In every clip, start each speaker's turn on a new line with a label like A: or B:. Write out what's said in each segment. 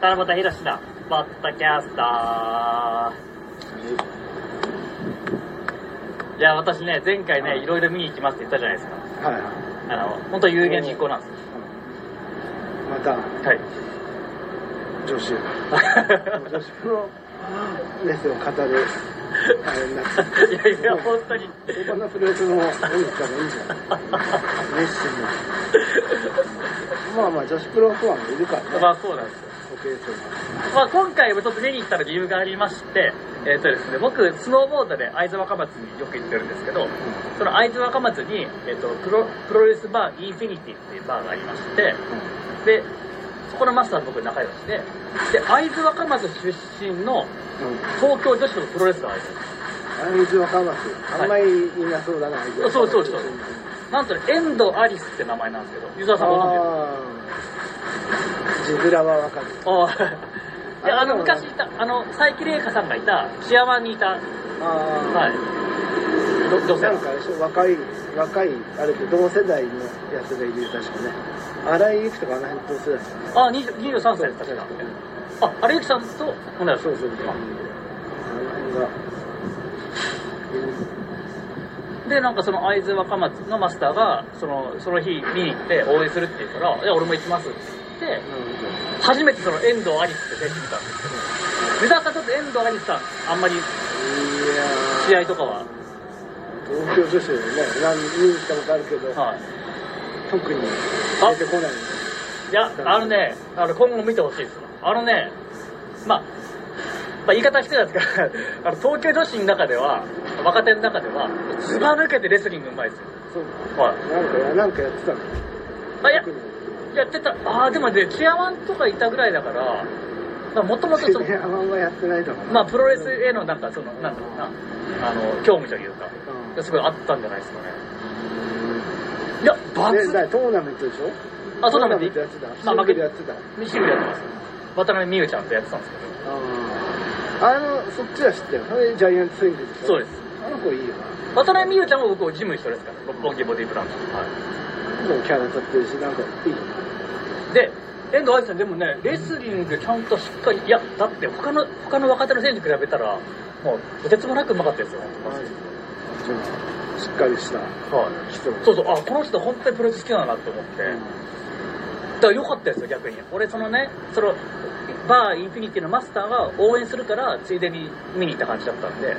A: 川本博だ。ポッドキャスター。いや、私ね、前回ね、いろいろ見に行きますって言ったじゃないですか。
B: はいはい。
A: あの、本当有言実行なんです。
B: また、
A: はい。
B: 女子、女子プロレスの方です。あれになっちゃった
A: いやいや、本当に。
B: 他のプロレスの音楽もいいじゃん。熱心な。まあまあ、女子プロファンもいるからね。
A: まあそうなんですよ。
B: 固定層が
A: まあ今回もちょっと見に行った理由がありまして、えっ、とですね、僕、スノーボードで会津若松によく行ってるんですけど、その会津若松に、えっ、とプロ、プロレスバーインフィニティっていうバーがありまして、で、そこのマスターと僕仲良しで、で、会津若松出身の
B: うん。うん。
A: 東京女子のプロレスラーがいるんで
B: 会津若松。あんまりいなそうだな、会津若松
A: そうそうそうす。なんとね、遠藤アリスって名前なんですけど、湯沢さんご存知ですか
B: ああ。ジブラはわかる。
A: ああ。で、あの、
B: あ
A: 昔 いた、あの、佐伯玲香さんがいた、木山にいた、は
B: ああ。
A: い。ど女性
B: なんかあれでしょ若い若いあれって同世代のやつがいるよ確かね荒井由紀とかあの辺同世代ですよね
A: あ、二十23歳だったっけな。あ、有吉さんと、ほんなら
B: そうそうそうあの辺が
A: で、なんかその会津若松のマスターが、その、その日見に行って応援するって言うから、いや、俺も行きますって言って、初めてその遠藤アリスって選手見たんですけど、目立ったちょっと遠藤アリスさん、あんまり
B: い
A: 試
B: やー
A: 合とかは、
B: 東京女子でね何見に行ったことあるけど
A: はい。
B: 特に
A: あ
B: 出てこないね
A: いや、あのね、あの今後も見てほしいですよ。あのね、まあ、まあ、言い方失礼なんですけど、あ の東京女子の中では、若手の中では、ずば抜けてレスリングうまいです
B: そう
A: よ。はい。
B: なんかやなんかやってたの
A: あ、いや
B: 特、に
A: やってた、ああ、でもね、チアワンとかいたぐらいだから、まあ、もともとその、
B: あん まやってないだろうな
A: まあ、プロレスへのなんか、その、なんだろうな、あの、興味というか、
B: うん
A: すごいあったんじゃないですかね。いや、
B: で
A: 抜
B: だ
A: 群
B: からトーナメントでしょ
A: あトーナメント
B: やってた
A: まあ負け
B: 負けでやってた
A: にシグルやってます。渡辺美優ちゃんとやってたんですけど、
B: あのそっちは知ってるそれジャイアンツスイングでしょ
A: そうです。
B: あの子いいよな
A: 渡辺美優ちゃんも僕ジム一緒ですから、六本木ボディブランド。は、
B: でもキャラ立ってるしなんかいいよない
A: で、遠藤愛さん、でもね、レスリングちゃんとしっかり、いや、だって他の、他の若手の選手に比べたら、もう、とてつもなくうまかったですよ、
B: じゃあしっかりした
A: はい。
B: 人
A: そうそう、あ、この人本当にプロレス好きなんだなと思って。だから良かったですよ、逆に。俺、そのね、その、バーインフィニティのマスターが応援するから、ついでに見に行った感じだったんで、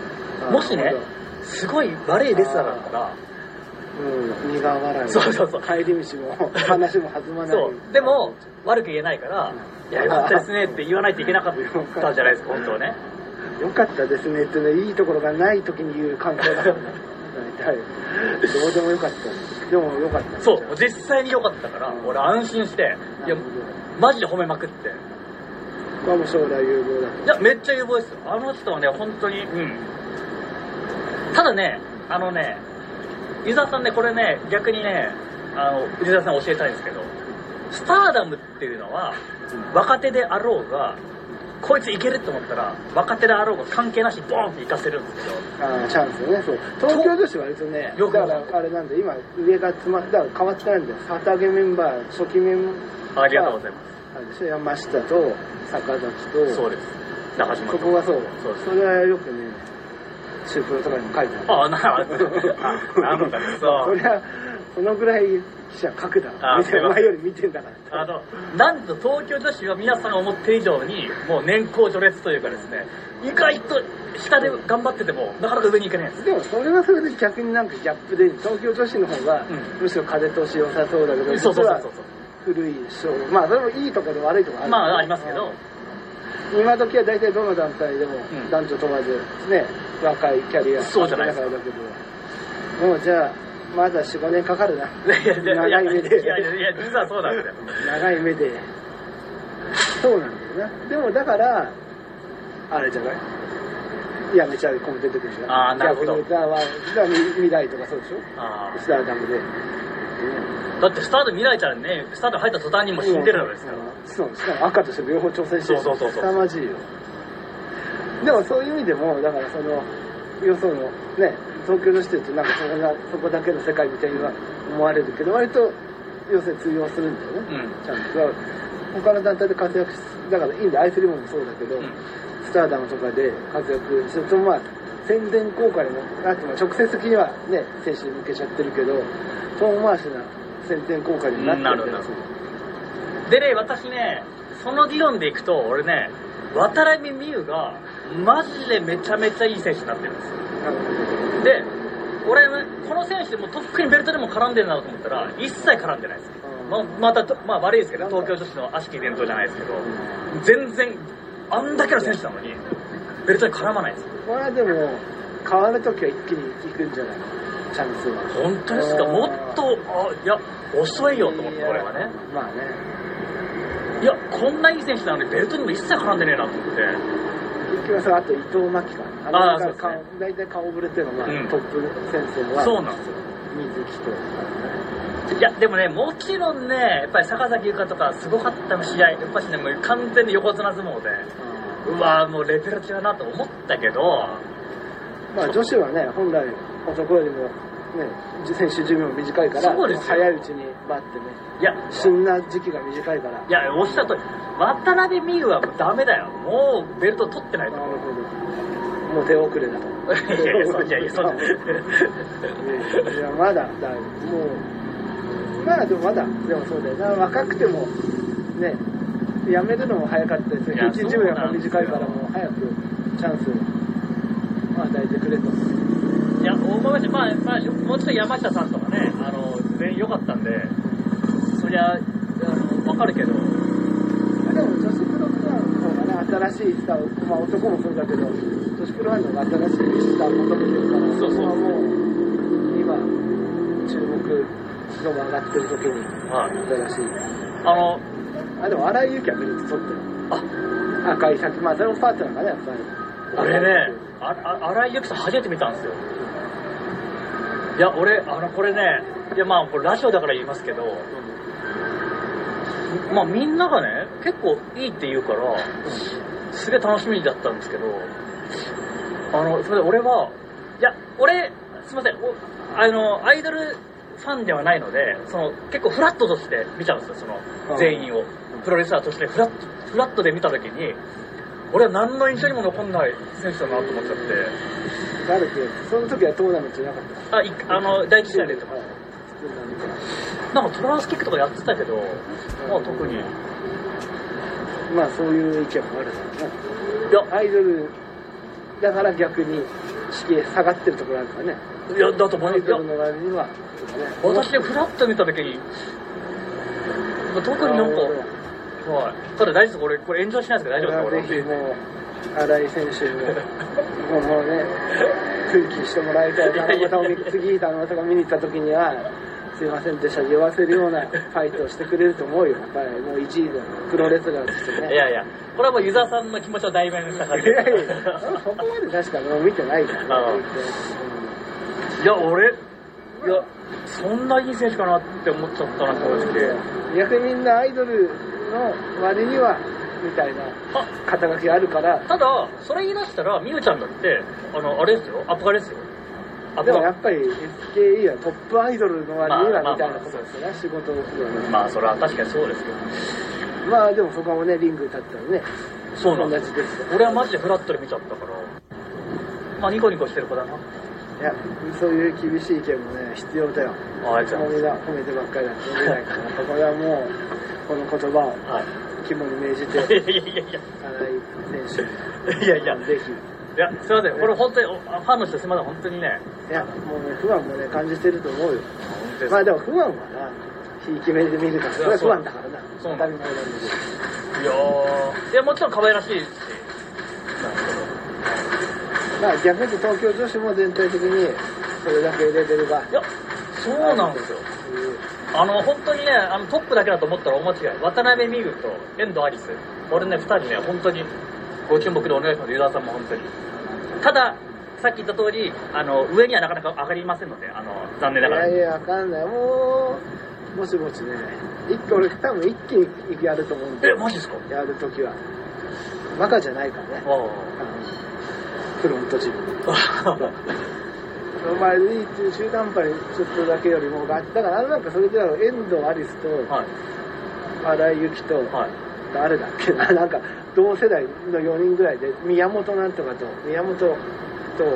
A: もしね、すごい悪いレスラーだったら、
B: うん苦笑い
A: そうそうそう
B: 帰り道も話も弾まない
A: そう。でも、悪く言えないから、いや、良かったですねって言わないといけなかったじゃないですか、本当はね。
B: よかったですねってねいいところがない時に言う感想だからね大体どうでもよかったでもよかった
A: そう、実際に良かったから、俺安心して、い
B: い
A: や
B: や、
A: マジで褒めまくって。
B: まあもう将来有望だ
A: いや、めっちゃ有望ですよ。あの人はね、本当に、うん。ただね、あのね、湯沢さんね、これね、逆にね、あの、湯沢さん教えたいんですけど、スターダムっていうのは、若手であろうが、こいついけると思ったら、若手であろうが関係なしにボーンって行かせるんですけど、
B: あーチャンスねそう東京女子は割とね
A: よく
B: だからあれなんで今上が詰まってだから変わってないんだよ旗揚げメンバー初期メンバー
A: ありがとうございます。
B: あれでしょ山下と坂崎と
A: そうです。中島
B: そこがそう
A: そうです
B: それはよくねシュープロとかにも書いてある
A: ああ、なあなんだく
B: そ
A: そ。
B: りゃそのぐらい記者書くだ
A: あ
B: ろ見て
A: すいません
B: 前より見てんだから
A: あの、なんと東京女子は皆さんが思ってる以上に、もう年功序列というかですね、意外と下で頑張ってても、なかなか上に行けないんです。
B: でもそれはそれで逆になんかギャップで東京女子の方が
A: う
B: むしろ風通し良さそうだけど、
A: そうそうそうそう。
B: 実は古い商法まあそれもいいところ悪いところ
A: まあ、ありますけど、
B: 今時は大体どの団体でも
A: ん
B: 男女問わずね、若いキャリア
A: そうじゃないですか
B: だけどもうじゃあまだ45年かかるない
A: やいやいや、いや
B: 長い目で
A: いやいやいや、実はそうなんですよ。
B: 長い目でそうなんだよなでもだからあれじゃないやめちゃう子も出てくるじゃん
A: あーなるほど
B: 逆にだからだから未未来とかそうでしょ
A: あ
B: スターダムで、ね、
A: あだってスタート見られちゃうね、スタート入った途端にもう死んでるのですから。
B: そうしかも赤として両方挑戦してる
A: そうそうそうそう
B: 凄まじいよでもそういう意味でもだからそのよそのね東京の人ってなんかそこがそこだけの世界みたいには思われるけど割と要するに通用するんだよね、
A: うん
B: ちゃんと他の団体で活躍しだからいいんでアイスリボンもそうだけど、
A: うん
B: スターダムとかで活躍してそのまあ宣伝効果にもあっても直接的にはね選手に向けちゃってるけど遠回しな宣伝効果にもなってるん
A: なる
B: ですよ
A: でね、私ね、その議論でいくと、俺ね、渡辺美優が、マジでめちゃめちゃいい選手になってるんですよ。で、俺、ね、この選手でもうとっくにベルトでも絡んでるなと思ったら、一切絡んでないです。ままた、まあ悪いですけど、東京女子の悪しき伝統じゃないですけど、全然、あんだけの選手なのに、ベルトに絡まないですよ。
B: これはでも変わるときは一気に行くんじゃないチャンスは
A: 本当ですか
B: うん
A: もっと、あ、いや、遅いよと思って、俺はね。
B: まあね
A: いや、こんないい選手なのに、ベルトにも一切絡んでねえなと思って。
B: 結局はさあと伊藤真希か
A: あー
B: の
A: そうです
B: 大体顔ぶれっていうのは、まあ
A: うん
B: トップ戦線は
A: そうなんですよ。
B: 水木と
A: いや、でもね、もちろんね、やっぱり坂崎優香とかすごかったの試合、やっぱしね、もう完全に横綱相撲で、うわーもうレベル違うなと思ったけど、
B: まあ女子はね本来男よりもね選手寿命短いから
A: そうですよ
B: 早いうちにバッてね
A: いや、
B: 死んだ時期が短いから
A: いや、おっしゃるとり、渡辺美優はもうダメだよ。もうベルト取ってないと
B: なる
A: 思う。
B: ほどもう手遅れだと
A: いやいや、そういやいや、そう
B: いやまだだもうまあでもまだでもそうだよな若くてもねやめるのも早かったですよ
A: いや
B: 平均寿命
A: そう
B: が
A: なんですよ
B: 短いからもう早くチャンスをまあ抱いてくれと
A: いや、思いました。まあ、まあ、もうちょっと山下さんとかね、あの、全員良かったんで、そりゃ、あの、わかるけど、
B: でも女子プロファンの方がね新しいスターをまあ男もそうだけど女子プロファンの方が新しいスターを求めてるから
A: そうそう
B: れはもう今注目度が上がってる時に
A: はい。
B: 新しい
A: あの、
B: あでも荒井由紀はベルト取ってる赤い先まあそれもパートナーがねやっぱり
A: 俺ね、ああ荒井由紀さん初めて見たんですよ。いや、俺、あの、これね、いや、まあ、これラジオだから言いますけど、まあ、みんながね、結構いいって言うから、すげえ楽しみだったんですけど、あの、すみません、俺は、いや、俺、すみません、おあの、アイドルファンではないので、その、結構フラットとして見ちゃうんですよ、その、全員を
B: うん
A: プロレスラーとしてフラットフラットで見た時に俺は何の印象にも残んない選手だなと思っちゃって
B: 誰ってその時はトーナメントじゃなかった
A: あいあの第一試合でとか
B: はい普通なんだ
A: なんかトランスキックとかやってたけどまあ特にいや
B: まあそういう意見もあるからねアイドルだから逆に敷居下がってるところあるからね
A: いやだと思
B: ア
A: う
B: イ
A: いや
B: ドルの割にはとかね
A: 私でフラット見た時に特になんか、はい、ただ大丈夫です俺これ炎上しないですか
B: あ
A: ら大丈夫で
B: のぜ
A: す
B: ひ
A: か
B: もう新井選手にももうね奮起してもらいたい七夕を見次七夕が見に行った時にはすいませんでした言わせるようなファイトをしてくれると思うよやっぱりもう1位のプロレスラーとしてね
A: 俺いやいやこれはもう湯沢さんの気持ちを代弁した感じ
B: いやいや、そこまで確かに見てないから、
A: ああ
B: うん
A: いや俺いやそんないい選手かなって思っちゃったな正直
B: 逆にみんなアイドルの割には、みたいな
A: あ
B: 肩書きがあるから、
A: ただそれ言い出したらみゆちゃんだってあのあれですよアップガですよアッ
B: で
A: プ
B: もや
A: ガ
B: っぱり SKE はトップアイドルの割に
A: ま
B: は
A: あ
B: みたいなことですよね、仕事をするのに
A: まあそれは確かにそうですけど
B: まあでもそこもね、リングに立ったらね、
A: そ
B: 同
A: うなんです
B: じですよ。
A: 俺はマジでフラットで見ちゃったからまあニコニコしてる子だない
B: や、そういう厳しい意見もね、必要だよ。
A: ああい
B: つ
A: ちゃん
B: も
A: はい
B: みが褒めてばっかりだと思えないから、これはもう、この言葉を肝に銘じて、
A: いやいやいやいや
B: 新井選
A: いや
B: 手、
A: いや
B: ぜひ。
A: いやすいませんこれ本当におファンの人すいません本当にね
B: いや、もうね、不安もね、感じてると思うよ。
A: 本当です
B: まあでも不安はな、ひいき目で見るから、それは不安だからな。
A: そう
B: 当たり前なんだけ
A: い
B: ど。
A: やーいやもちろん可愛らしいし
B: まあ逆に言うと東京女子も全体的に、それだけレベルが。
A: いやそうなんですよあの本当にねあのトップだけだと思ったら大間違い渡辺美優と遠藤アリス俺ね2人ね本当にご注目でお願いしますユーザーさんも本当にたださっき言った通りあの上にはなかなか上がりませんのであの残念ながら
B: いやいや、わかんない。もう、もしもしね、一気、俺多分一気にやると思うんで
A: え、マジですか
B: やるときは。バカじゃないからね。
A: わ
B: あのフロントチーム。
A: あ
B: お前、中途半端にちょっとだけよりもが、だからあのなんかそれでは遠藤アリスと
A: はい
B: 荒井由紀と、
A: はい
B: 誰だっけな なんか同世代の4人ぐらいで宮本なんとかと宮本と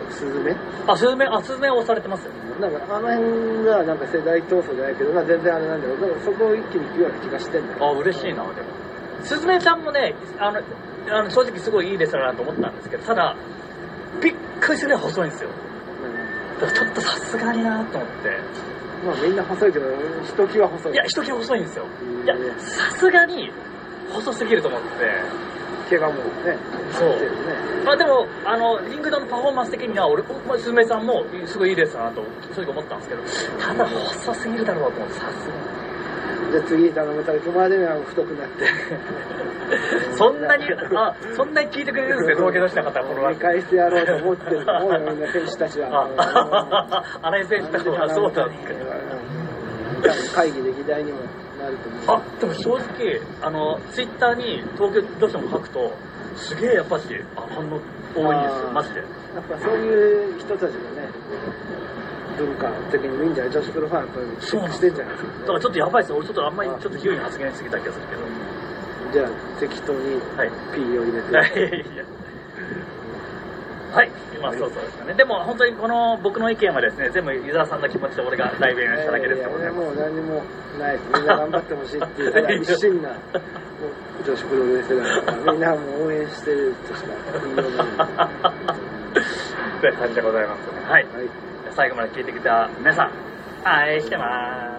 B: スズメ
A: あ、スズメ、あ、スズメ押されてますよ。
B: なんかあの辺がなんか世代闘争じゃないけど、まあ、全然あれなんだろうだからそこを一気に行くような気がしてんだ
A: あ、
B: よ
A: 嬉しいな、でも。スズメちゃんもね、あの、あの正直すごいいいレストランだなと思ったんですけど、ただ、びっくりするぐらい細いんですよ。
B: うん
A: だからちょっとさすがになと思っ
B: まあみんな細いけどひときわ細
A: て。
B: い
A: いや、人気細いんですよ。
B: うん
A: いや、さすがに、細すぎると思って。
B: 怪我もね
A: そう
B: あってるね
A: まあでも、あの、リングドのパフォーマンス的には、俺、まあすずめさんも、すごいいいレストランだなと、正直思ったんですけど、ただ、細すぎるだろうと思って、さすがに。
B: じゃあ次頼むたらこまでには太くなって
A: そんなに、あ、そんなに聞いてくれるんですね、東京の人の方は、この
B: 見返してやろうと思ってると思うよみんな選手たちは
A: あ、荒井選手とかはそうなんですけど。
B: うん会議で議題にもなると思う
A: あ、でも正直、あの、ツイッターに東京女子も書くと、すげえやっぱし、あ反応多いんですよ、
B: あー
A: マジで。
B: やっぱそういう人たちのね文化的にもいいんじゃない女子プロファンやっぱりチェックしてんじゃないです
A: だからちょっとやばいですね、俺ちょっとあんまりちょっと優位に発言しすぎた気がするけど。
B: じゃあ適当に
A: はい。
B: P を入れて、
A: いやいやいやはい、まあそうそうですかね。でも本当にこの僕の意見はですね、全部湯沢さんの気持ちで俺が代弁しただけですから
B: 俺
A: ね。
B: もう何もないですみんな頑張ってほしいっていうただ一心なもう女子プロレスラーだからみんなもう応援してるとしか言いようが ない
A: という感じでございますね。はい。
B: はい
A: 最後まで聞いてきた皆さん、愛してます。